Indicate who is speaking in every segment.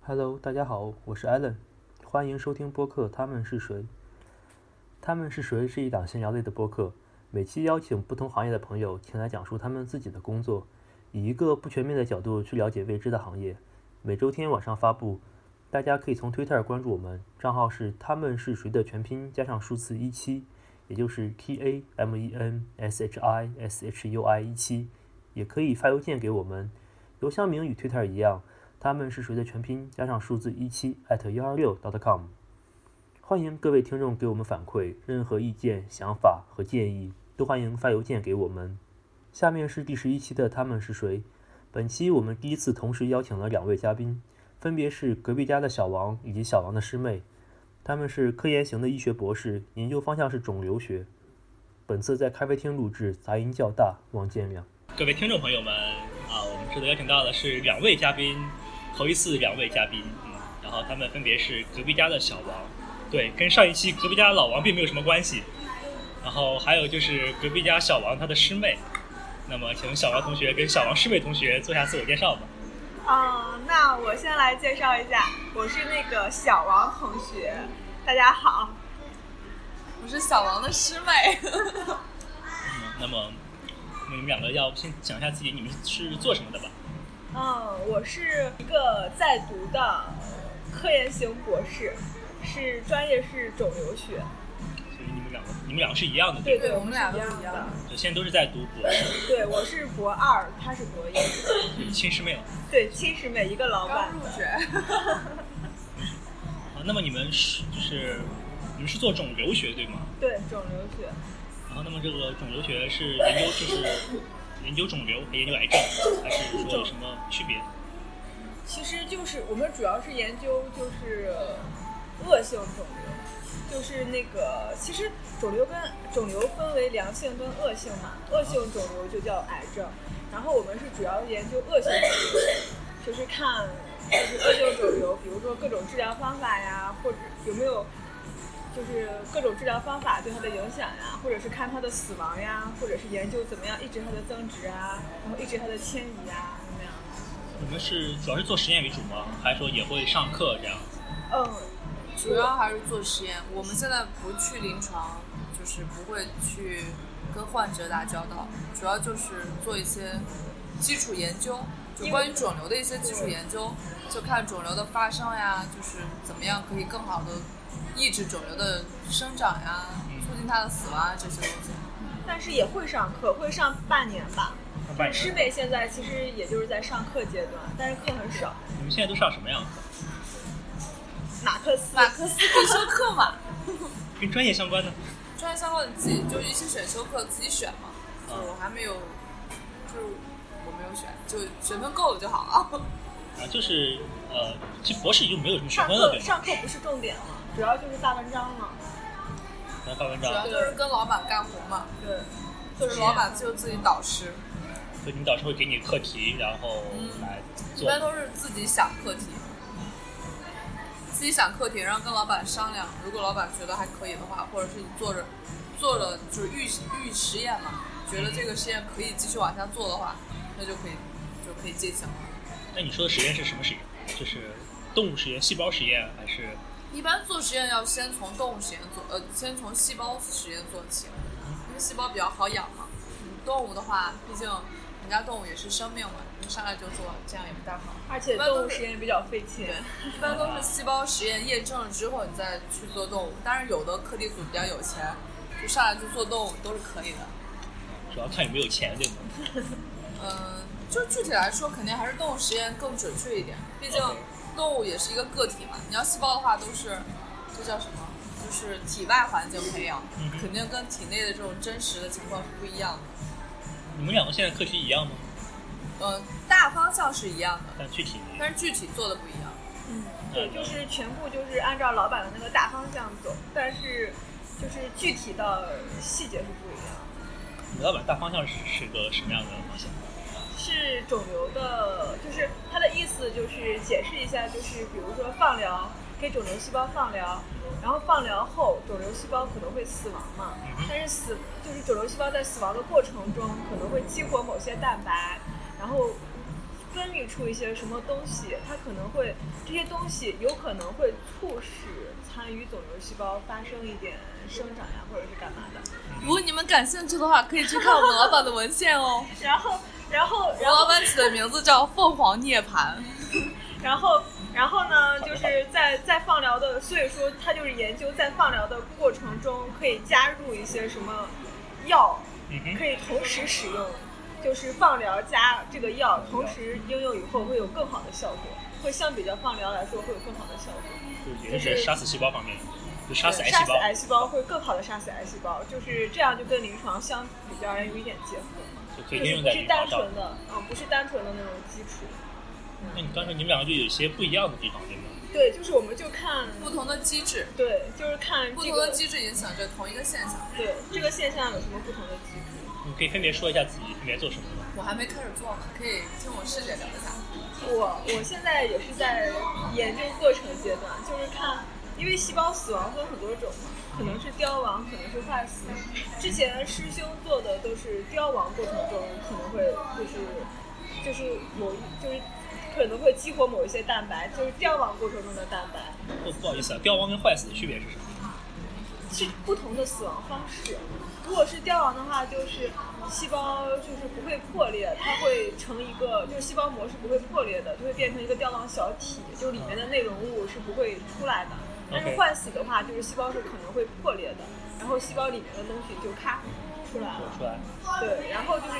Speaker 1: Hello，大家好，我是 Allen，欢迎收听播客《他们是谁》。《他们是谁》是一档闲聊类的播客，每期邀请不同行业的朋友前来讲述他们自己的工作，以一个不全面的角度去了解未知的行业。每周天晚上发布，大家可以从 Twitter 关注我们，账号是“他们是谁”的全拼加上数字一七，也就是 T A M E N S H I S H U I 一七，也可以发邮件给我们，邮箱名与 Twitter 一样。他们是谁的全拼加上数字一七艾特幺二六 .com，欢迎各位听众给我们反馈，任何意见、想法和建议都欢迎发邮件给我们。下面是第十一期的他们是谁，本期我们第一次同时邀请了两位嘉宾，分别是隔壁家的小王以及小王的师妹，他们是科研型的医学博士，研究方向是肿瘤学。本次在咖啡厅录制，杂音较大，望见谅。
Speaker 2: 各位听众朋友们啊，我们这次邀请到的是两位嘉宾，头一次两位嘉宾，嗯，然后他们分别是隔壁家的小王，对，跟上一期隔壁家老王并没有什么关系，然后还有就是隔壁家小王他的师妹，那么请小王同学跟小王师妹同学做下自我介绍吧。
Speaker 3: 嗯，那我先来介绍一下，我是那个小王同学，大家好，
Speaker 4: 我是小王的师 妹，
Speaker 2: 嗯，那么你们两个要先讲一下自己，你们是做什么的吧？
Speaker 3: 嗯，我是一个在读的科研型博士，是专业是肿瘤学，
Speaker 2: 所以你们两个，你们两个是一样的，
Speaker 3: 对
Speaker 2: 吧？
Speaker 4: 对
Speaker 3: 我
Speaker 4: 我们
Speaker 3: 是
Speaker 4: 俩
Speaker 3: 一
Speaker 4: 都
Speaker 3: 样
Speaker 4: 一样
Speaker 3: 的，
Speaker 2: 就现在都是在读博士，
Speaker 3: 对我是博二，他是博一，
Speaker 2: 亲师妹了。
Speaker 3: 对，亲师妹一个老
Speaker 4: 刚
Speaker 3: 板
Speaker 4: 入
Speaker 3: 的，
Speaker 4: 学，
Speaker 2: 啊，那么你们是就是你们是做肿瘤学对吗？
Speaker 3: 对，肿瘤学，
Speaker 2: 然后，那么这个肿瘤学是研究就是研究肿瘤，还研究癌症，还是说有什么区别？
Speaker 3: 其实就是我们主要是研究就是恶性肿瘤，就是那个其实肿瘤跟肿瘤分为良性跟恶性嘛，恶性肿瘤就叫癌症，然后我们是主要研究恶性肿瘤，就是看就是恶性肿瘤，比如说各种治疗方法呀，或者有没有。就是各种治疗方法对它的影响呀，或者是看它的死亡呀，或者是研究怎么样抑制它的增殖啊，然后抑制它的迁移啊，怎么样？
Speaker 2: 你们是主要是做实验为主吗？还是说也会上课这样？
Speaker 3: 嗯，
Speaker 4: 主要还是做实验。我们现在不去临床，就是不会去跟患者打交道，主要就是做一些基础研究，就关于肿瘤的一些基础研究，就看肿瘤的发生呀，就是怎么样可以更好的抑制肿瘤的生长呀，促进它的死亡啊这些东西。
Speaker 3: 但是也会上课，会上半年吧。
Speaker 2: 那嗯半
Speaker 3: 师
Speaker 2: 年，
Speaker 3: 妹现在其实也就是在上课阶段，但是课很少。
Speaker 2: 你们现在都上什么样的课？
Speaker 3: 马克思，
Speaker 4: 马克思必修课嘛，
Speaker 2: 跟专业相关的？
Speaker 4: 专业相关的自己就一些选修课自己选嘛，就是我还没有，就是我没有选，就学分够了就好了。
Speaker 2: 啊，就是呃，其实博士就没有什么学
Speaker 3: 上
Speaker 2: 分了，
Speaker 3: 课
Speaker 2: 对吗？
Speaker 3: 上课不是重点了，主要就是大文章了。
Speaker 2: 来发文
Speaker 4: 主要
Speaker 2: 章，
Speaker 4: 啊就是跟老板干活嘛，
Speaker 3: 对，
Speaker 4: 就
Speaker 3: 做
Speaker 4: 是
Speaker 3: 实
Speaker 4: 老
Speaker 3: 验。
Speaker 4: 板就是自己导师，
Speaker 2: 所以你们导师会给你课题，然后来
Speaker 4: 一
Speaker 2: 做。
Speaker 4: 般都是自己想课题，自己想课题，然后跟老板商量，如果老板觉得还可以的话，或者是你做着做了就是预预实验嘛，觉得这个实验可以继续往下做的话，那就可以就可以进行了。
Speaker 2: 那你说的实验是什么实验？就是动物实验、细胞实验，还是
Speaker 4: 一般做实验要先从动物实验做，呃，先从细胞实验做起，因为细胞比较好养嘛。动物的话，毕竟人家动物也是生命嘛，你上来就做，这样也不太好。
Speaker 3: 而且动物实验比较费钱。
Speaker 4: 一般都是细胞实验验证了之后，你再去做动物。但是有的课题组比较有钱，就上来就做动物都是可以的。
Speaker 2: 主要看有没有钱，对吗？
Speaker 4: 嗯，就具体来说，肯定还是动物实验更准确一点，毕竟
Speaker 2: OK
Speaker 4: 动物也是一个个体嘛。你要细胞的话，都是这叫什么？就是体外环境培养
Speaker 2: 嗯哼，
Speaker 4: 肯定跟体内的这种真实的情况是不一样的。
Speaker 2: 你们两个现在课题一样吗？
Speaker 4: 嗯，大方向是一样的，
Speaker 2: 但具体呃
Speaker 4: 但是具体做的不一样。
Speaker 3: 嗯，对，就是全部就是按照老板的那个大方向走，但是就是具体的细节是不一样。
Speaker 2: 你老板大方向是是个什么样的方向？
Speaker 3: 是肿瘤的，就是它的意思就是解释一下，就是比如说放疗给肿瘤细胞放疗，然后放疗后肿瘤细胞可能会死亡嘛，但是死就是肿瘤细胞在死亡的过程中可能会激活某些蛋白，然后分泌出一些什么东西，它可能会这些东西有可能会促使残余肿瘤细胞发生一点生长呀，或者是干嘛的。
Speaker 4: 如果你们感兴趣的话，可以去看我们老板的文 献哦。
Speaker 3: 然后，然后，
Speaker 4: 我
Speaker 3: 然后
Speaker 4: 老板起的名字叫凤凰涅槃。
Speaker 3: 然后，然后呢，就是在在放疗的，所以说他就是研究在放疗的过程中可以加入一些什么药，
Speaker 2: 嗯哼，
Speaker 3: 可以同时使用，就是放疗加这个药同时应用以后会有更好的效果，会相比较放疗来说会有更好的效果，
Speaker 2: 就也是杀死细胞方面，就杀死
Speaker 3: 对
Speaker 2: 癌
Speaker 3: 杀
Speaker 2: 细
Speaker 3: 死
Speaker 2: 胞。
Speaker 3: 癌细胞会更好的杀死癌细胞，就是这样就跟临床相比较而言有一点结合，
Speaker 2: 就可以
Speaker 3: 就
Speaker 2: 应
Speaker 3: 是
Speaker 2: 用
Speaker 3: 不
Speaker 2: 在
Speaker 3: 是
Speaker 2: 临床
Speaker 3: 单
Speaker 2: 上。
Speaker 3: 纯的，嗯，不是单纯的那种基础，
Speaker 2: 那你刚才你们两个就有些不一样的地方，对吗？
Speaker 3: 对，就是我们就看，
Speaker 4: 不同的机制，
Speaker 3: 对，就是看
Speaker 4: 不
Speaker 3: 这
Speaker 4: 同的
Speaker 3: 个。
Speaker 4: 机制影响着同一个现象。
Speaker 3: 对这个现象有什么不同的基础？
Speaker 2: 你可以分别说一下自己分别做什么吗？
Speaker 4: 我还没开始做呢，可以听我师姐聊一下。
Speaker 3: 我我现在也是在研究过程阶段，就是看，因为细胞死亡分很多种嘛，可能是凋亡，可能是坏死。之前师兄做的都是凋亡过程中可能会就是就是某一就是可能会激活某一些蛋白，就是凋亡过程中的蛋白
Speaker 2: 哦，不好意思啊，凋亡跟坏死的区别是什么？
Speaker 3: 是不同的死亡方式。如果是凋亡的话，就是细胞就是不会破裂，它会成一个就是细胞膜是不会破裂的，就会变成一个凋亡小体，就里面的内容物是不会出来的。但是
Speaker 2: OK
Speaker 3: 坏死的话，就是细胞是可能会破裂的，然后细胞里面的东西就咔出来了
Speaker 2: 说。啊出来。
Speaker 3: 对，然后就是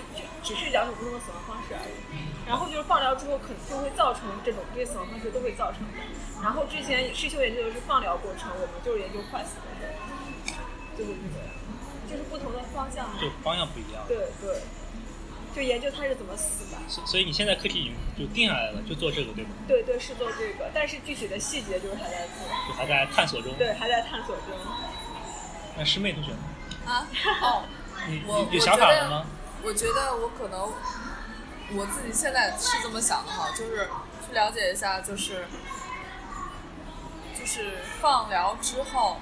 Speaker 3: 只只是两种不同的死亡方式而已。然后就是放疗之后，可能就会造成这种这些死亡方式都会造成的。然后之前师兄研究的是放疗过程，我们就是研究坏死的事儿，就是这个，就是不同的方向嘛。
Speaker 2: 就方向不一样。
Speaker 3: 对对，就研究它是怎么死的。
Speaker 2: 所所以你现在课题已经就定下来了，就做这个对吗？
Speaker 3: 对对，是做这个，但是具体的细节就是还在做，
Speaker 2: 就还在探索中。
Speaker 3: 对，还在探索中。
Speaker 2: 那师妹同学呢，
Speaker 4: 啊，哦，
Speaker 2: 你
Speaker 4: 我
Speaker 2: 你有
Speaker 4: 我
Speaker 2: 想
Speaker 4: 觉
Speaker 2: 法
Speaker 4: 得
Speaker 2: 了吗？
Speaker 4: 我觉得我可能我自己现在是这么想的哈，就是去了解一下，就是就是放疗之后，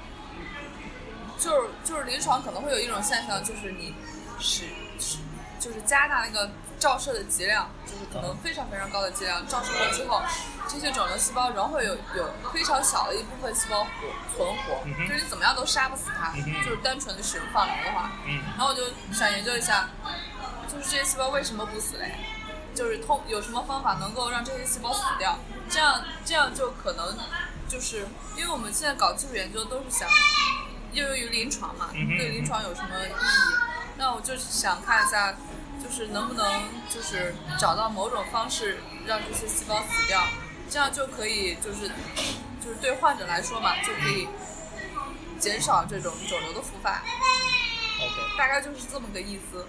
Speaker 4: 就是就是临床可能会有一种现象，就是你使使就是加大那个照射的剂量，就是可
Speaker 2: 嗯
Speaker 4: 能非常非常高的剂量照射过之后，这些肿瘤细胞仍会有有非常小的一部分细胞活存活
Speaker 2: 嗯，哼
Speaker 4: 就是你怎么样都杀不死它
Speaker 2: 嗯哼，
Speaker 4: 就是单纯的使用放疗的话。
Speaker 2: 嗯，
Speaker 4: 然后我就想研究一下，就是这些细胞为什么不死嘞？就是通有什么方法能够让这些细胞死掉？这样这样就可能就是因为我们现在搞技术研究都是想又由于临床嘛，
Speaker 2: 嗯哼
Speaker 4: 对临床有什么意义？那我就想看一下，就是能不能就是找到某种方式让这些细胞死掉，这样就可以就是就是对患者来说嘛，就可以减少这种肿瘤的复发。
Speaker 2: ，OK。
Speaker 4: 大概就是这么个意思。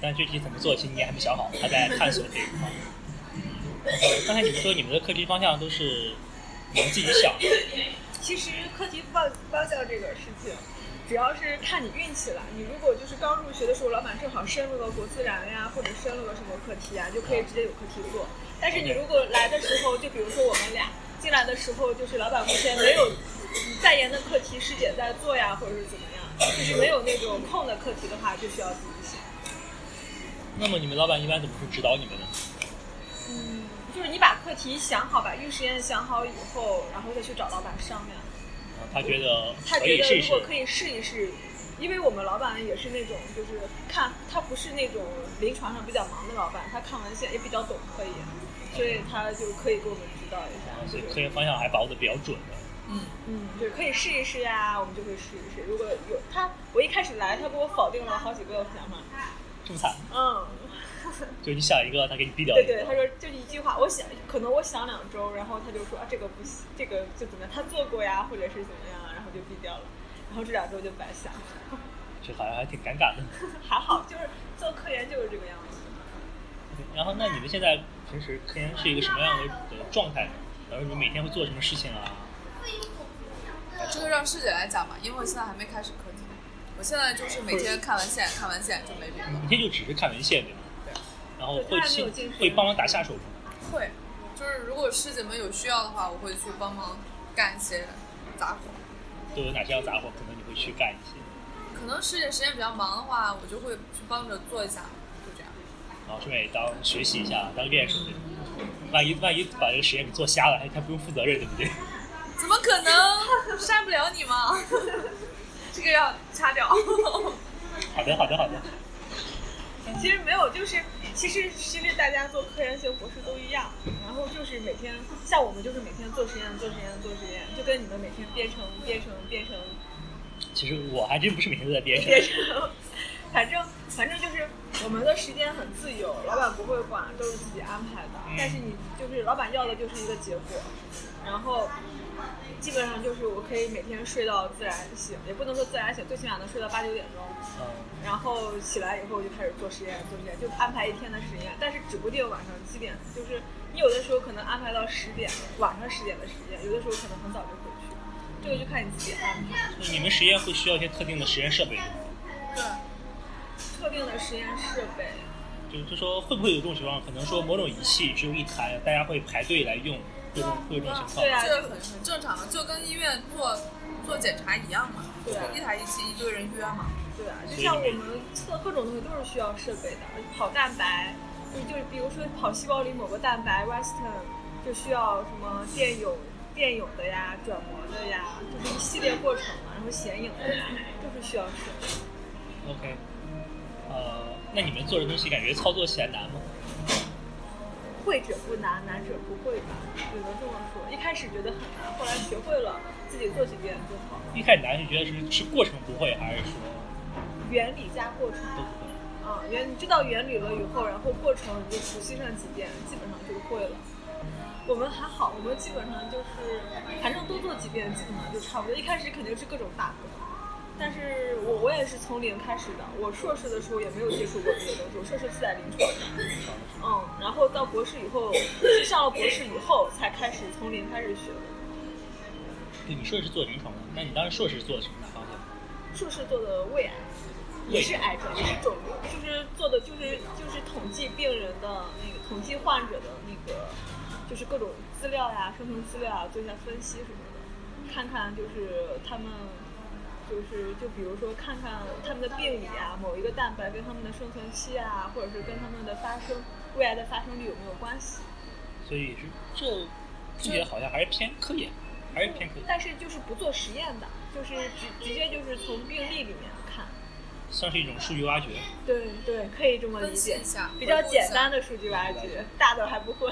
Speaker 2: 但具体怎么做，其实你还没想好，还在探索这一块。OK，刚才你们说你们的课题方向都是你们自己想的，
Speaker 3: 其实课题方方向这个事情，主要是看你运气了。你如果就是刚入学的时候，老板正好申了个国自然呀，或者申了个什么课题啊，就可以直接有课题做。但是你如果来的时候，就比如说我们俩进来的时候，就是老板目前没有在研的课题，师姐在做呀，或者是怎么样，就是没有那种空的课题的话，就需要自己写。
Speaker 2: 那么你们老板一般怎么会指导你们呢？
Speaker 3: 嗯，就是你把课题想好，把预实验想好以后，然后再去找老板商量。
Speaker 2: 啊他觉得
Speaker 3: 他
Speaker 2: 可
Speaker 3: 觉
Speaker 2: 以
Speaker 3: 得
Speaker 2: 试一
Speaker 3: 如
Speaker 2: 试
Speaker 3: 果，可以试一试，因为我们老板也是那种就是看他不是那种临床上比较忙的老板，他看文献也比较懂科研，所以他就可以给我们指导一
Speaker 2: 啊
Speaker 3: 下，
Speaker 2: 所以
Speaker 3: 就
Speaker 2: 科
Speaker 3: 是
Speaker 2: 研方向还把握的比较准的。
Speaker 4: 嗯，
Speaker 3: 嗯，对，可以试一试呀、我们就会试一试。如果有他，我一开始来，他给我否定了好几个想法，
Speaker 2: 这么惨，
Speaker 3: 嗯，
Speaker 2: 就你想一个，他给你毙掉一
Speaker 3: 对
Speaker 2: 个。
Speaker 3: 对，他说就一句话，我想可能我想两周，然后他就说啊这个不行，这个就怎么样，他做过呀，或者是怎么样，然后就毙掉了，然后这两周就白想。
Speaker 2: 这好像还挺尴尬的。
Speaker 3: 还好，就是做科研就是这个样子。
Speaker 2: 然后，那你们现在平时科研是一个什么样的的状态呢？然后你们每天会做什么事情啊？
Speaker 4: 这个让师姐来讲吧，因为我现在还没开始课题。我现在就是每天看文献，看文献就没别的。
Speaker 2: 每天就只是看文献对吗？
Speaker 4: 对。
Speaker 2: 然后
Speaker 3: 对
Speaker 2: 会
Speaker 3: 他还没有
Speaker 2: 亲
Speaker 3: 进去
Speaker 2: 会帮忙打下手吗？
Speaker 4: 会，就是如果师姐们有需要的话，我会去帮忙干一些杂活。
Speaker 2: 都有哪些要杂活？可能你会去干一些。
Speaker 4: 可能师姐时间比较忙的话，我就会去帮着做一下，就这样。
Speaker 2: 然后顺便也当学习一下，当练手这种。万一万一把这个实验给做瞎了，还还不用负责任，对不对？
Speaker 4: 怎么可能杀不了你吗？ 这个要掐掉。
Speaker 2: 好的，好的，好的。
Speaker 3: 其实没有，就是其实其实大家做科研性博士都一样，然后就是每天像我们就是每天做实验做实验做实验，就跟你们每天编程编程编程
Speaker 2: 其实我还真不是每天都在编程，
Speaker 3: 编程， 反正反正就是我们的时间很自由，老板不会管，都是自己安排的。但是你就是老板要的就是一个结果，然后基本上就是我可以每天睡到自然醒，也不能说自然醒，最起码能睡到八九点钟。
Speaker 2: 嗯，
Speaker 3: 然后起来以后就开始做实验，做实验就安排一天的实验，但是指不定晚上几点，就是你有的时候可能安排到十点，晚上十点的实验，有的时候可能很早就回去，这个就看你自己安排。
Speaker 2: 就是你们实验会需要一些特定的实验设备吗，
Speaker 4: 对，
Speaker 3: 嗯特定的实验设备，
Speaker 2: 就是就说会不会有这种情况？可能说某种仪器只有一台，大家会排队来用，会有这种会有这种情况
Speaker 3: 对
Speaker 2: 吗。
Speaker 3: 啊，
Speaker 4: 这
Speaker 3: 就
Speaker 4: 个很很正常的，就跟医院做做检查一样嘛，
Speaker 3: 对
Speaker 4: 一台仪器一堆人约嘛。
Speaker 3: 对啊，就
Speaker 2: 所以
Speaker 3: 像
Speaker 2: 你
Speaker 3: 我们测各种东西都是需要设备的，跑蛋白，就就是比如说跑细胞里某个蛋白 Western，就需要什么电泳、电泳的呀、转膜的呀，就是一系列过程嘛，然后显影的呀，都是需要设备。
Speaker 2: OK，呃，那你们做这东西感觉操作起来难吗？
Speaker 3: 会者不难，难者不会吧，只能这么说。一开始觉得很难，后来学会了，自己做几遍就好了。
Speaker 2: 一开始难是觉得是是过程不会，还是说
Speaker 3: 原理加过程
Speaker 2: 都不会？
Speaker 3: 啊，原你知道原理了以后，然后过程你就熟悉上几遍，基本上就会了。我们还好，我们基本上就是，反正多做几遍，基本上就差不多。一开始肯定是各种大课，但是我我也是从零开始的。我硕士的时候也没有接触过这些东西，我硕士是在临床的。嗯，然后到博士以后，是上了博士以后才开始从零开始学的。
Speaker 2: 对，你硕士做临床的，那你当时硕士做的什么方向？
Speaker 3: 硕士做的胃癌，也是癌症，也是肿瘤，就是做的就是就是统计病人的那个统计患者的那个，就是各种资料呀、生成资料啊，做一下分析什么的，看看就是他们。就是就比如说看看他们的病理啊，某一个蛋白跟他们的生存期啊，或者是跟他们的发生胃癌的发生率有没有关系？
Speaker 2: 所以是这听起来好像还是偏科研，还是偏科研，
Speaker 3: 但是就是不做实验的，就是直直接就是从病例里面看。
Speaker 2: 算是一种数据挖掘。
Speaker 3: 对对，可以这么理
Speaker 4: 分析
Speaker 3: 解
Speaker 4: 一。下，
Speaker 3: 比较简单
Speaker 4: 的。
Speaker 3: 的数据挖掘，大的还不会。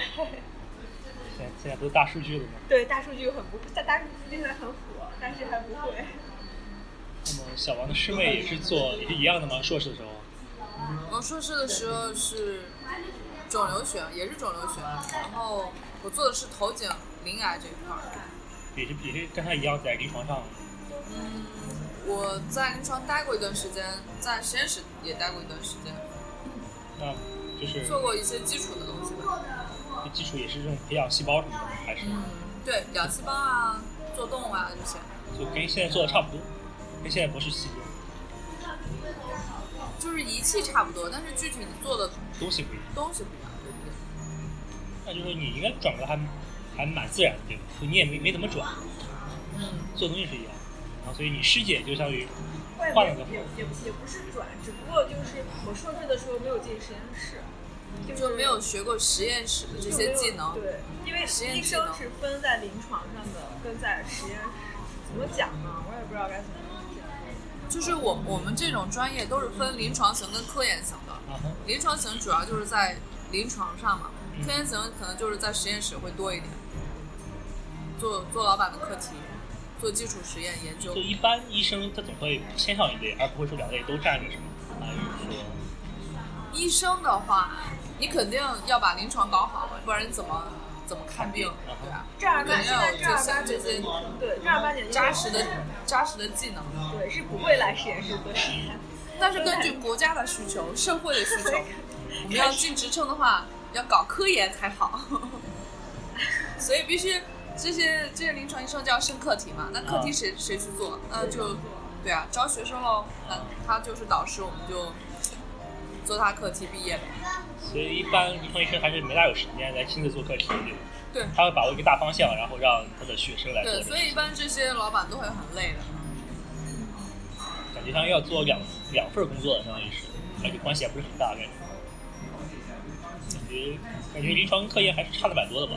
Speaker 2: 现在现在不是大数据了吗？
Speaker 3: 对，大数据很不，大大数据现在很火，但是还不会。
Speaker 2: 那么小王的师妹也是做也是一样的吗？硕士的时候，
Speaker 4: 我硕士的时候是肿瘤学，也是肿瘤学，然后我做的是头颈鳞癌这一块儿。
Speaker 2: 也是也是跟他一样在临床上。
Speaker 4: 嗯，我在临床待过一段时间，在实验室也待过一段时间，
Speaker 2: 那就是
Speaker 4: 做过一些基础的东西吧。
Speaker 2: 基础也是这种培养细胞什么的吗，还是
Speaker 4: 嗯，对，养细胞啊，做动物啊这些，
Speaker 2: 就跟现在做的差不多，跟现在博士系一样，
Speaker 4: 就是仪器差不多，但是具体你做的
Speaker 2: 东西不一样。
Speaker 4: 东西不一样，对不对？
Speaker 2: 那就是你应该转过来还还蛮自然的，对吧？就你也没没怎么转，
Speaker 4: 嗯，
Speaker 2: 做东西是一样的。然后所以你师姐就相当于
Speaker 3: 我也
Speaker 2: 换了个
Speaker 3: 没也也不也不是转，只不过就是我硕士的时候没有进实验室，就是
Speaker 4: 就没有学过实验室的这
Speaker 3: 就没
Speaker 4: 些
Speaker 3: 有
Speaker 4: 技能。
Speaker 3: 对，因为
Speaker 4: 实验
Speaker 3: 医
Speaker 4: 技
Speaker 3: 生
Speaker 4: 能
Speaker 3: 是分在临床上的，跟在实验室。怎么讲呢？我也不知道该怎么讲。
Speaker 4: 就是我我们这种专业都是分临床型跟科研型的，
Speaker 2: 啊哈，
Speaker 4: 临床型主要就是在临床上嘛，
Speaker 2: 嗯
Speaker 4: 科研型可能就是在实验室会多一点，做做老板的课题，做基础实验研究
Speaker 2: 就。一般医生他总会偏向一类，而不会说两类都占着什么，啊还是说
Speaker 4: 医生的话，你肯定要把临床搞好，不然你怎么怎么看病？
Speaker 2: 嗯
Speaker 4: 对啊，
Speaker 3: 正儿八
Speaker 4: 肯
Speaker 3: 经
Speaker 4: 定要有
Speaker 3: 正儿八
Speaker 4: 这
Speaker 3: 经
Speaker 4: 些
Speaker 3: 的，对正儿八经的
Speaker 4: 扎实的扎实的技能。
Speaker 3: 对是不会来实验室做实验。
Speaker 4: 但是根据国家的需求、社会的需求，我们要进职称的话，要搞科研才好。 所以必须这些这些临床医生就要升课题嘛，那课题谁、谁去做？那就对啊，招学生喽。那他就是导师，我们就做他课题毕业呗。
Speaker 2: 所以一般临床医生还是没大有时间来亲自做课题，对吧？
Speaker 4: 对
Speaker 2: 他会把握一个大方向，然后让他的学生来做
Speaker 4: 对，
Speaker 2: 这
Speaker 4: 所
Speaker 2: 个，
Speaker 4: 以一般这些老板都会很累的。
Speaker 2: 感觉像要做两两份工作的，相当于是，而且关系也不是很大，感觉。感觉感觉临床科研还是差的蛮多的吧。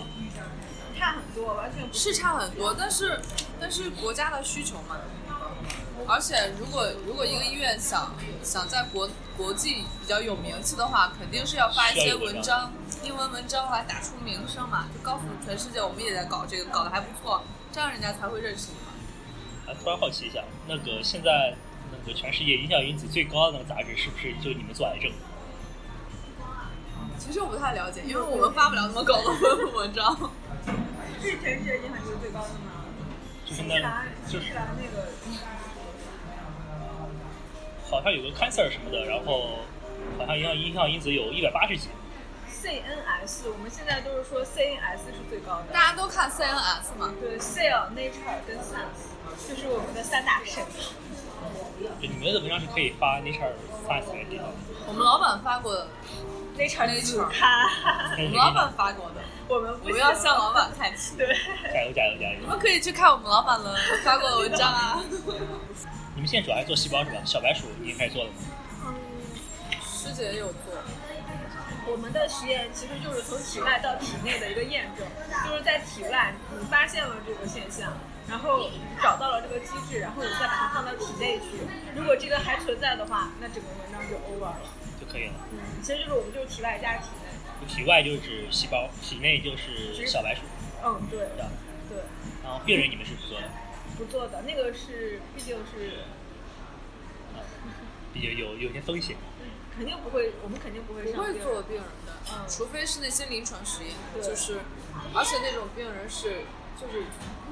Speaker 3: 差很多，完全不
Speaker 4: 是差很多，但是但是国家的需求嘛，而且如果如果一个医院想想在国国际比较有名气的话，肯定是要发
Speaker 2: 需
Speaker 4: 一
Speaker 2: 要
Speaker 4: 些
Speaker 2: 有文
Speaker 4: 文章，英文文章来打出名声嘛，就告诉全世界我们也在搞这个，搞得还不错，这样人家才会认识你嘛。
Speaker 2: 啊，突然好奇一下，那个现在那个全世界影响因子最高的那个杂志，是不是就你们做癌症？
Speaker 4: 其实我不太了解，因为我们发不了那么高的文 文章。
Speaker 3: 是全世界影响力最高的吗？
Speaker 2: 就是啊
Speaker 3: 新西
Speaker 2: 那
Speaker 3: 兰，，
Speaker 2: 就
Speaker 3: 新
Speaker 2: 是
Speaker 3: 西兰那个
Speaker 2: 好像有个 cancer 什么的，然后好像影响影响因子有一百八十几，
Speaker 3: CNS，我们现在都是说 CNS 是最高的。
Speaker 4: 大家都看 CNS 嘛，
Speaker 3: 对，Cell、Nature 跟 Science，就是我们的三大神。
Speaker 2: 就你们的文章是可以发 Nature Science 来的。
Speaker 4: 我们老板发过，
Speaker 3: Nature 主
Speaker 4: Nature
Speaker 3: 咖，
Speaker 2: 我
Speaker 4: 我们老板发过的，
Speaker 3: 我们
Speaker 4: 我
Speaker 3: 不
Speaker 4: 们
Speaker 3: 行
Speaker 4: 要向老板看齐。
Speaker 3: 对，
Speaker 2: 加油加油加油
Speaker 4: 你！们可以去看我们老板的发过的文章啊。
Speaker 2: 你们现在主要还是做细胞是吧？小白鼠你也开始做了吗？
Speaker 4: 师姐也有做，
Speaker 3: 我们的实验其实就是从体外到体内的一个验证，就是在体外你发现了这个现象，然后找到了这个机制，然后你再把它放到体内去。如果这个还存在的话，那整个文章就 over 了。
Speaker 2: 就可以了。
Speaker 3: 嗯，其实就是我们就是体外加体内。
Speaker 2: 体外就是指细胞，体内就是小白鼠。
Speaker 3: 嗯，对
Speaker 2: 对吧
Speaker 3: 对，
Speaker 2: 然后病人你们是不做的，
Speaker 3: 不做的那个是毕竟是
Speaker 2: 毕竟啊有有些风险。
Speaker 3: 肯定不会，我们肯定不会
Speaker 4: 不
Speaker 3: 上
Speaker 4: 会
Speaker 3: 病
Speaker 4: 做病人的，
Speaker 3: 嗯
Speaker 4: 除非是那些临床实验，
Speaker 3: 对
Speaker 4: 就是，而且那种病人是就是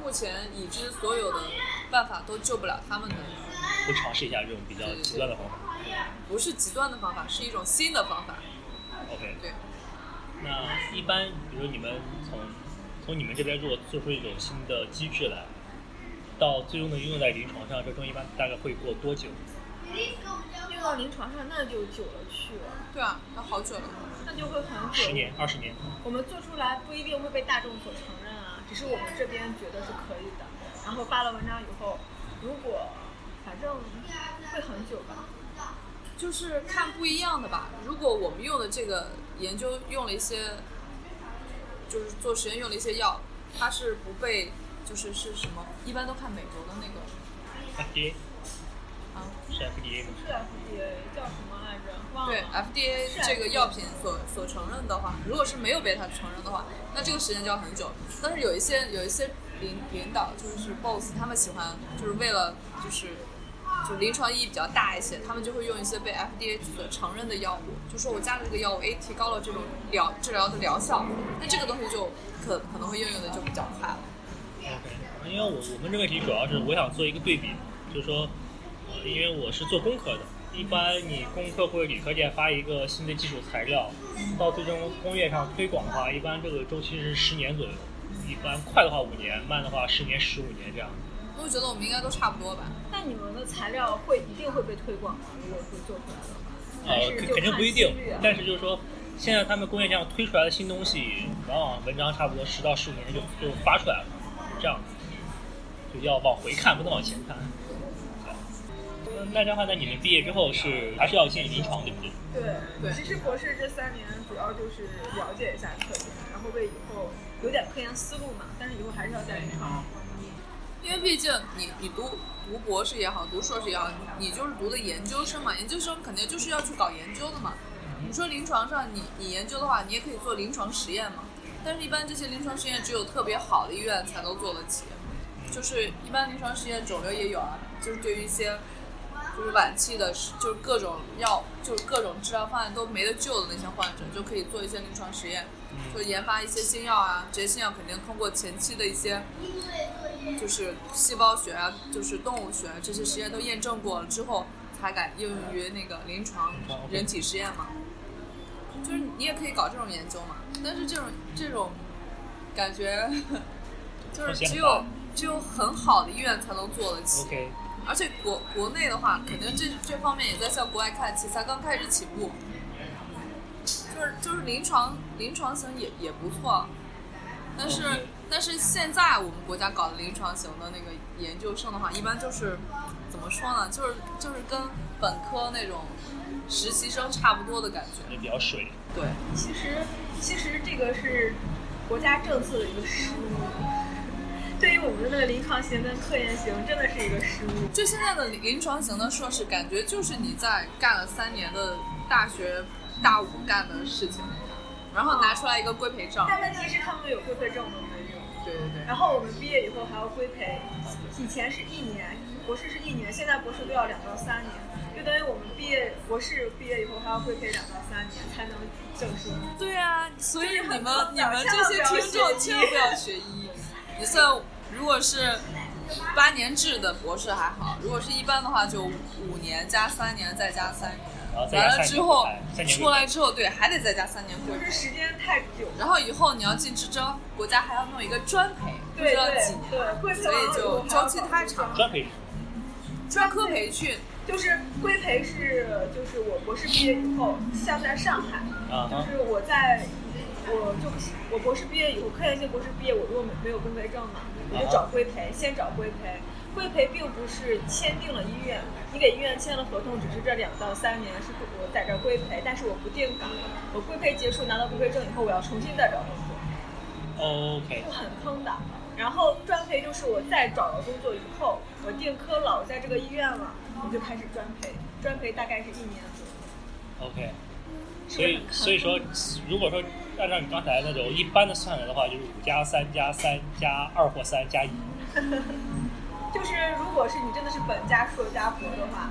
Speaker 4: 目前已知所有的办法都救不了他们的，
Speaker 2: 会尝试一下这种比较极端的方法。
Speaker 4: 不是极端的方法，是一种新的方法。
Speaker 2: OK，
Speaker 4: 对，
Speaker 2: 那一般比如说你们从从你们这边做做出一种新的机制来，到最终能应用在临床上，这中一般大概会过多久？
Speaker 3: 用到临床上那就久了去了，
Speaker 4: 对啊，那好久了。
Speaker 3: 那就会很久。
Speaker 2: 十年、二十年？
Speaker 3: 我们做出来不一定会被大众所承认啊，只是我们这边觉得是可以的。然后发了文章以后，如果反正会很久吧。
Speaker 4: 就是看不一样的吧。如果我们用的这个研究用了一些，就是做实验用了一些药，它是不被就是是什么？一般都看美国的那个
Speaker 2: FDA
Speaker 4: 啊，
Speaker 2: 是 FDA 吗？
Speaker 3: 是 FDA 叫什么来着？忘
Speaker 4: 对呃
Speaker 3: 了。
Speaker 4: FDA
Speaker 3: 是
Speaker 4: 这个药品所所承认的话，如果是没有被它承认的话，那这个时间就要很久。但是有一些有一些领领导就是 boss，他们喜欢就是为了就是。就临床意义比较大一些，他们就会用一些被 FDA 所承认的药物，就说我加了这个药物，哎，提高了这种疗治疗的疗效，那这个东西就可可能会应用的就比较快了。
Speaker 2: OK，因为我我们这个题主要是我想做一个对比，就是说，呃因为我是做工科的，一般你工科或者理科界发一个新的技术材料，到最终工业上推广的话，一般这个周期是十年左右，一般快的话五年，慢的话十年、十五年这样。
Speaker 4: 我觉得我们应该都差不多吧。
Speaker 3: 那你们的材料会一定会被推广吗？如果说做出来的话，还
Speaker 2: 呃，
Speaker 3: 是
Speaker 2: 肯
Speaker 3: 就
Speaker 2: 肯定
Speaker 3: 看
Speaker 2: 不一
Speaker 3: 几
Speaker 2: 定
Speaker 3: 率啊，
Speaker 2: 但是就是说，现在他们工业这样推出来的新东西，往往文章差不多十到十五年就就发出来了，这样子，就要往回看，不能往前看。对那那这样的话，那你们毕业之后是还是要进临床，对不对？
Speaker 3: 对，
Speaker 4: 对
Speaker 3: 其实博士这三年主要就是了解一下科研，然后为以后有点科研思路嘛，但是以后还是要在临床。
Speaker 4: 因为毕竟你你读读博士也好，读硕士也好，你你就是读的研究生嘛，研究生肯定就是要去搞研究的嘛。你说临床上你你研究的话，你也可以做临床实验嘛，但是一般这些临床实验只有特别好的医院才能做得起，就是一般临床实验肿瘤也有啊，就是对于一些就是晚期的，就是各种药，就是各种治疗方案都没得救的那些患者，就可以做一些临床实验，就
Speaker 2: 嗯
Speaker 4: 研发一些新药啊。这些新药肯定通过前期的一些，就是细胞学啊，就是动物学啊这些实验都验证过了之后，才敢应用于那个临床人体实验嘛。就是你也可以搞这种研究嘛，但是这种这种感觉 就是只有只有很好的医院才能做得起。
Speaker 2: OK，
Speaker 4: 而且国国内的话，肯定这这方面也在向国外看齐，才刚开始起步。就是就是临床临床型也也不错，但是
Speaker 2: OK
Speaker 4: 但是现在我们国家搞的临床型的那个研究生的话，一般就是怎么说呢？就是就是跟本科那种实习生差不多的感觉。
Speaker 2: 也比较水。
Speaker 4: 对，
Speaker 3: 其实其实这个是国家政策的一个失误， 对于我们的临床型跟科研型真的是一个失误。
Speaker 4: 就现在的临床型的硕士，感觉就是你在干了三年的大学大五干的事情，然后拿出来一个规培证。
Speaker 3: 但问题是他们有规培证，我们没有。
Speaker 4: 对对对，
Speaker 3: 然后我们毕业以后还要规培，以前是一年，博士是一年，现在博士都要两到三年，就等于我们毕业博士毕业以后还要规培两到三年才能证书。
Speaker 4: 对啊，所以
Speaker 3: 就是
Speaker 4: 你
Speaker 3: 很
Speaker 4: 们
Speaker 3: 坑
Speaker 4: 你
Speaker 3: 的
Speaker 4: 们
Speaker 3: 千
Speaker 4: 这
Speaker 3: 万
Speaker 4: 些
Speaker 3: 不要
Speaker 4: 听
Speaker 3: 学医
Speaker 4: 众千万不要学医。你算如果是八年制的博士还好，如果是一般的话，就五年加三年再加三年，
Speaker 2: 然后再加
Speaker 4: 完
Speaker 2: 三
Speaker 4: 了
Speaker 2: 年
Speaker 4: 之后
Speaker 2: 哎三年
Speaker 4: 出来之后，对，还得再加三年规
Speaker 3: 就是
Speaker 4: 培。
Speaker 3: 时间太久，
Speaker 4: 然后以后你要进支招，国家还要弄一个专培，不
Speaker 3: 对
Speaker 4: 知道
Speaker 3: 对
Speaker 4: 几年，
Speaker 3: 对，规培
Speaker 4: 所
Speaker 3: 完
Speaker 4: 以
Speaker 3: 了以后还
Speaker 4: 就
Speaker 3: 要
Speaker 4: 周期
Speaker 3: 考
Speaker 4: 太
Speaker 3: 虑
Speaker 4: 长。
Speaker 2: 专培
Speaker 4: 专科培训，
Speaker 3: 就是规培是就是我博士毕业以后，像在上海，
Speaker 2: 啊
Speaker 3: 就
Speaker 2: 哈，
Speaker 3: 是我在我就我博士毕业以后，科研性博士毕业，我如果没有工培证嘛，我就找规培，先找规培。规培并不是签订了医院，你给医院签了合同，只是这两到三年是我在这儿规培，但是我不定岗，我规培结束拿到规培证以后，我要重新再找工作。
Speaker 2: ，OK，
Speaker 3: 就很坑的。然后专培就是我再找到工作以后，我定科了，我在这个医院了，我就开始专培。专培大概是一年左右，
Speaker 2: OK，
Speaker 3: 是
Speaker 2: 所
Speaker 3: 不是
Speaker 2: 以
Speaker 3: 很坑？
Speaker 2: 所以说，如果说按照你刚才那种一般的算来的话，就是五加三加三加二或三加一，
Speaker 3: 就是如果是你真的是本加硕加博的话，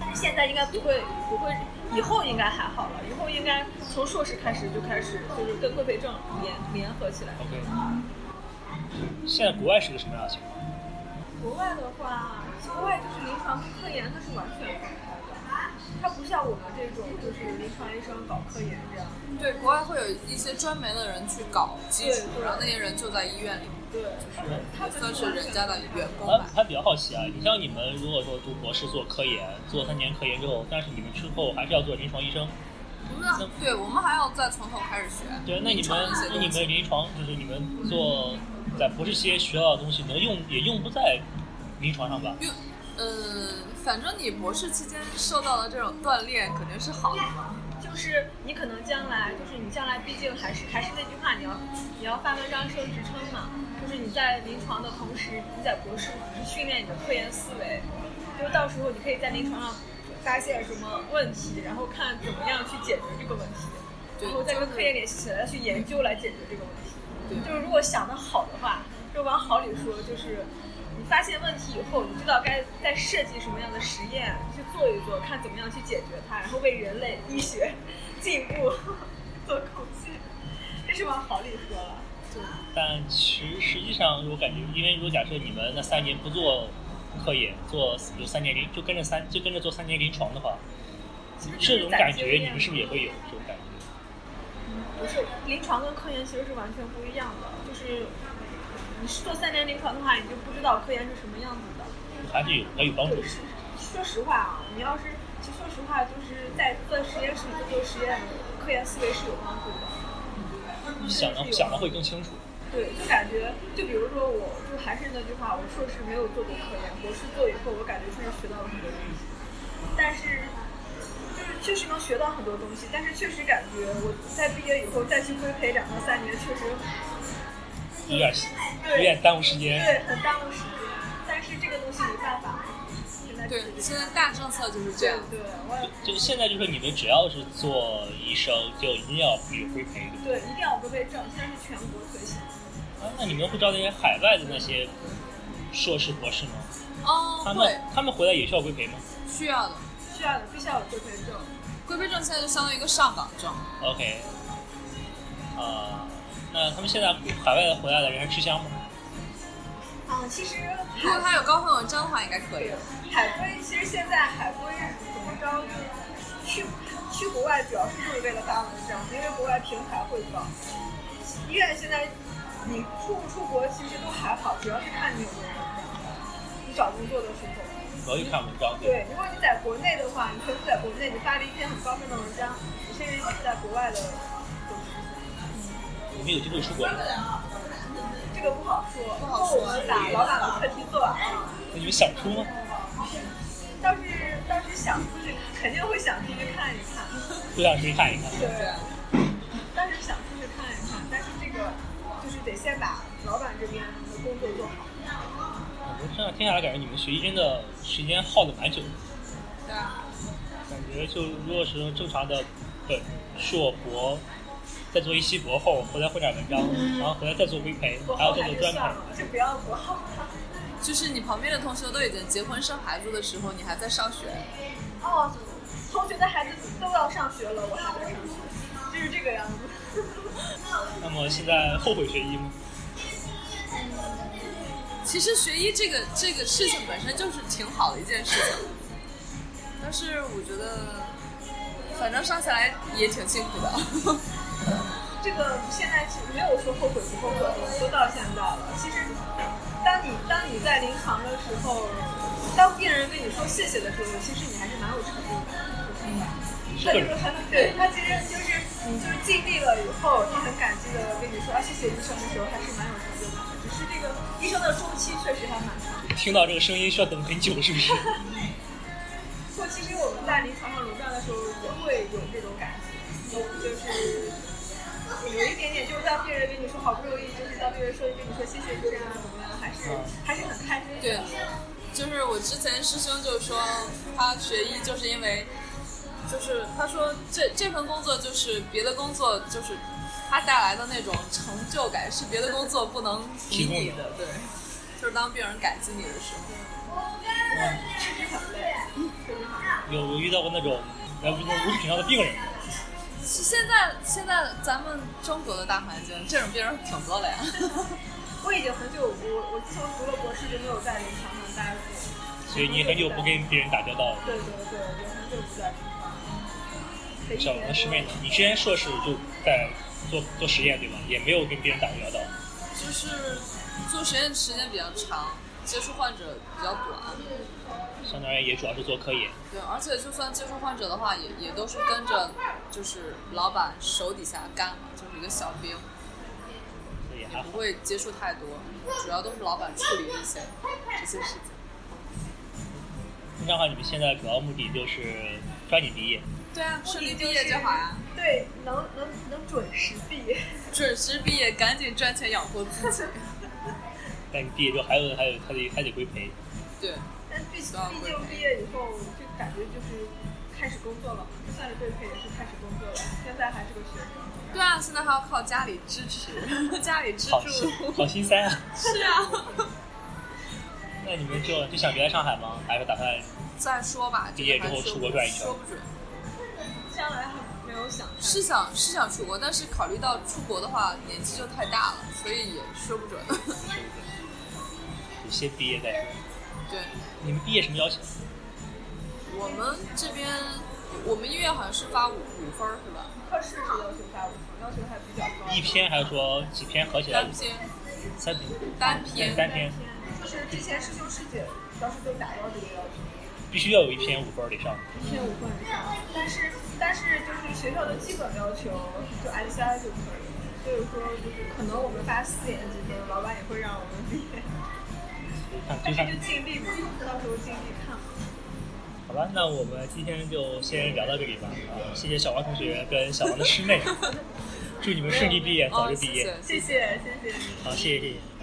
Speaker 3: 但是现在应该不会不会，以后应该还好了，以后应该从硕士开始就开始就是跟规培证联联合起来。
Speaker 2: OK，现在国外是个什么样的情况？
Speaker 3: 国外的话，国外就是临床跟科研它是完全分开的，它不像我们这种就是临床医生搞科研这样。
Speaker 4: 对，国外会有一些专门的人去搞基础
Speaker 3: 对，对
Speaker 4: 然后那些人就在医院里，
Speaker 3: 对，他们
Speaker 4: 算是人家的员工
Speaker 2: 我
Speaker 4: 吧。
Speaker 2: 还比较好奇啊，你像你们如果说读博士做科研，做三年科研之后，但是你们之后还是要做临床医生，
Speaker 4: 我们对，我们还要再从头开始学。
Speaker 2: 对，那你
Speaker 4: 尝
Speaker 2: 们
Speaker 4: 一些
Speaker 2: 那你
Speaker 4: 东西
Speaker 2: 们临床就是你们做在博士期间学到的东西，能用也用不在临床上吧？
Speaker 4: 用，呃，反正你博士期间受到的这种锻炼肯定是好的嘛。
Speaker 3: 就是你可能将来，就是你将来毕竟还是还是那句话，你要你要发文章升职称嘛，就是你在临床的同时，你在博士只是训练你的科研思维，就是到时候你可以在临床上发现什么问题，然后看怎么样去解决这个问题，
Speaker 4: 对
Speaker 3: 然后再跟
Speaker 4: 就是
Speaker 3: 科研联系起来去研究来解决这个问题。
Speaker 4: 对
Speaker 3: 就是如果想的好的话，就往好里说，就是你发现问题以后，你知道该再设计什么样的实验去做一做，看怎么样去解决它，然后为人类医学进步做贡献，这是往好里说了。
Speaker 2: 但其实实际上，我感觉，因为如果假设你们那三年不做科研，做有三年临，就跟着三就跟着做三年临床的话，
Speaker 3: 其实就
Speaker 2: 这
Speaker 3: 是
Speaker 2: 种
Speaker 3: 攒
Speaker 2: 感
Speaker 3: 经
Speaker 2: 觉你
Speaker 3: 验
Speaker 2: 们是不是也会有这种感觉？
Speaker 3: 不是临床跟科研其实是完全不一样的，就是你是做三年临床的话，你就不知道科研是什么样子的。
Speaker 2: 还是有还有帮助
Speaker 3: 就？是说实话啊，你要是其实说实话，就是在做实验室里做实验，科研思维是有帮助的。
Speaker 2: 你想的想的会更清楚。
Speaker 3: 对，就感觉，就比如说我，就还是那句话，我硕士没有做过科研，博士做以后，我感觉确实学到了很多东西，但是就是确实能学到很多东西，但是确实感觉我在毕业以后再去规培两到三年，确实
Speaker 2: 有点
Speaker 3: 对
Speaker 2: 有点耽误时间。
Speaker 3: 对很耽误时间。但是这个东西没办法，现在就是
Speaker 4: 对，
Speaker 3: 这
Speaker 4: 现
Speaker 3: 样
Speaker 4: 在大政策就是这
Speaker 3: 对
Speaker 4: 样。
Speaker 3: 对，我也
Speaker 2: 就是现在就是你们只要是做医生，就一定要有规培，对不对？
Speaker 3: 对一定要有规培证，现在是全国推行。
Speaker 2: 啊，那你们会招那些海外的那些硕士博士吗？他
Speaker 4: 哦，
Speaker 2: 们
Speaker 4: 会
Speaker 2: 他们回来也需要规培吗
Speaker 4: 需要的。
Speaker 3: 需要的，必须要有规培证。
Speaker 4: 规培证现在就相当于一个上岗证，
Speaker 2: ？OK，啊、那他们现在海外回来的人还吃香吗？
Speaker 3: 啊、其实
Speaker 4: 如果他有高分文章的话，应该可以
Speaker 3: 对。，海归其实现在海归怎么着，去去国外主要是就是为了发文章，因为国外平台会高。医院现在你出不出国其实都还好，主要是看你有没有文章，你找工作的时候。
Speaker 2: 我一看文章，
Speaker 3: 对，如果你在国内的话，你可能在国内你发了一篇很高分的文章，你甚至在国外的。
Speaker 2: 你们有机会出国吗？
Speaker 4: 啊
Speaker 3: 这个不好说，
Speaker 4: 不好说
Speaker 3: 我们把老板的课题做完了。
Speaker 2: 那你们想出吗？
Speaker 3: 倒是倒是想出去，肯定会想出去看一看。
Speaker 2: 就想出去看一看。
Speaker 3: 对，但是想出去看一看，但是这个就是得先把老板这边的工作做好。
Speaker 2: 我这两天下来感觉你们学医真的时间耗的蛮久的，
Speaker 4: 对啊，
Speaker 2: 感觉就如果是正常的本硕博，再做一期博后，回来混点文章，然后回来再做规培，
Speaker 3: 我
Speaker 2: 还要
Speaker 3: 后
Speaker 2: 再
Speaker 3: 来
Speaker 2: 做
Speaker 3: 就
Speaker 2: 专
Speaker 3: 算
Speaker 2: 培
Speaker 3: 了。，就不要做好了。
Speaker 4: 就是你旁边的同学都已经结婚生孩子的时候，你还在上学，
Speaker 3: 哦，同学的孩子都要上学了，我还在上学，就是这个样子。
Speaker 2: 那么现在后悔学医吗？
Speaker 4: 其实学医这个这个事情本身就是挺好的一件事情，但是我觉得，反正上下来也挺辛苦的。
Speaker 3: 这个现在是没有说后悔不后悔，都到现在了。其实，当你当你在临床的时候，嗯当病人跟你说谢谢的时候，其实你还是蛮有成就感的。
Speaker 2: 是
Speaker 3: 他
Speaker 2: 个
Speaker 3: 就是
Speaker 2: 人。
Speaker 3: 很对他其实就是你就是尽力了以后，他很感激的跟你说啊谢谢医生的时候，还是蛮有成就感的。只是这个医生的周期确实还蛮长。
Speaker 2: 听到这个声音需要等很久，是不是？
Speaker 3: 不过其实我们在临床上轮转的时候也会有这种感觉，就是。有一点点，就是当病人跟你说好不容易，就是当病人说跟你说谢谢医生啊，怎么样，还
Speaker 2: 嗯
Speaker 3: 是还是很开心的。
Speaker 4: 对，就是我之前师兄就说他学医就是因为，就是他说这这份工作就是别的工作就是他带来的那种成就感是别的工作不能给
Speaker 2: 提供的
Speaker 4: 你的，对，就是当病人感激你的时候，
Speaker 3: 确实很累，确实很累。
Speaker 2: 有有遇到过那种来无无理取闹的病人吗，
Speaker 4: 是现在现在咱们中国的大环境这种病人挺多的呀，
Speaker 3: 我已经很久，我我自从读了博士就没有在临床上待过。
Speaker 2: 所以你很久不跟别人打交道了。
Speaker 3: 对对对，我很久不在临床。得一
Speaker 2: 小
Speaker 3: 年
Speaker 2: 龙
Speaker 3: 多
Speaker 2: 的师妹呢？你之前硕士就在做做实验对吧？也没有跟别人打过交道。
Speaker 4: 就是做实验时间比较长，接触患者比较短。
Speaker 2: 相当于也主要是做科研，
Speaker 4: 对，而且就算接触患者的话，也也都是跟着就是老板手底下干嘛，就是一个小兵，
Speaker 2: 所以也还
Speaker 4: 也
Speaker 2: 好
Speaker 4: 不。会接触太多，主要都是老板处理这些这些事情。
Speaker 2: 那的话，你们现在主要目的就是抓紧毕业，
Speaker 4: 对啊，
Speaker 3: 目
Speaker 4: 顺
Speaker 3: 的
Speaker 4: 利
Speaker 3: 就
Speaker 4: 毕业
Speaker 3: 是
Speaker 4: 就好呀、
Speaker 3: 对，能能能准时毕业。
Speaker 4: 准时毕业，赶紧赚钱养活自 己。
Speaker 2: 但你毕业之后还有还有还得还得规培，
Speaker 4: 对，
Speaker 3: 但毕
Speaker 4: 希望
Speaker 3: 毕
Speaker 4: 会
Speaker 3: 竟毕业以后，就感觉就是开始工作了，就算是对配也是开始工作了，现在还是个学生。
Speaker 4: 对啊，现在还要靠家里支持，家里支
Speaker 2: 好心
Speaker 4: 柱。
Speaker 2: 好心塞啊！
Speaker 4: 是啊，
Speaker 2: 那你们就就想留在上海吗？还是打算
Speaker 4: 再说吧，这
Speaker 2: 毕业
Speaker 4: 个还
Speaker 2: 之后
Speaker 4: 说
Speaker 2: 出
Speaker 4: 不
Speaker 2: 国转一圈
Speaker 4: 说不准。
Speaker 3: 将来还没有想看。
Speaker 4: 是想是想出国，但是考虑到出国的话年纪就太大了，所以也说不准。
Speaker 2: 就先毕业再说？
Speaker 4: 对。
Speaker 2: 你们毕业什么要求？
Speaker 4: 我们这边，我们医院好像是发五五分儿是吧？
Speaker 3: 科室是要求下五分，要求还比较高。
Speaker 2: 一篇还是说几篇合起来
Speaker 4: 单篇、
Speaker 2: 三篇？
Speaker 4: 单
Speaker 2: 对
Speaker 4: 篇，
Speaker 2: 单篇
Speaker 3: 就是之前师兄师姐当时都打掉这个要求。
Speaker 2: 必须要有一篇五分儿以上。
Speaker 3: 一天五分以上，但是但是就是学校的基本要求就 MCI 就可以了，所以说就是可能我们发四年级的老板也会让我们毕业，
Speaker 2: 就看
Speaker 3: 但
Speaker 2: 就是看
Speaker 3: 就尽力嘛，到时候尽力看嘛。
Speaker 2: 好吧，那我们今天就先聊到这里吧。啊，谢谢小王同学跟 小王的师妹，祝你们顺利毕业，早
Speaker 4: 哦，
Speaker 2: 日
Speaker 4: 谢
Speaker 2: 毕业。
Speaker 3: 谢
Speaker 4: 谢，
Speaker 3: 谢谢谢。
Speaker 2: 好，谢谢谢谢。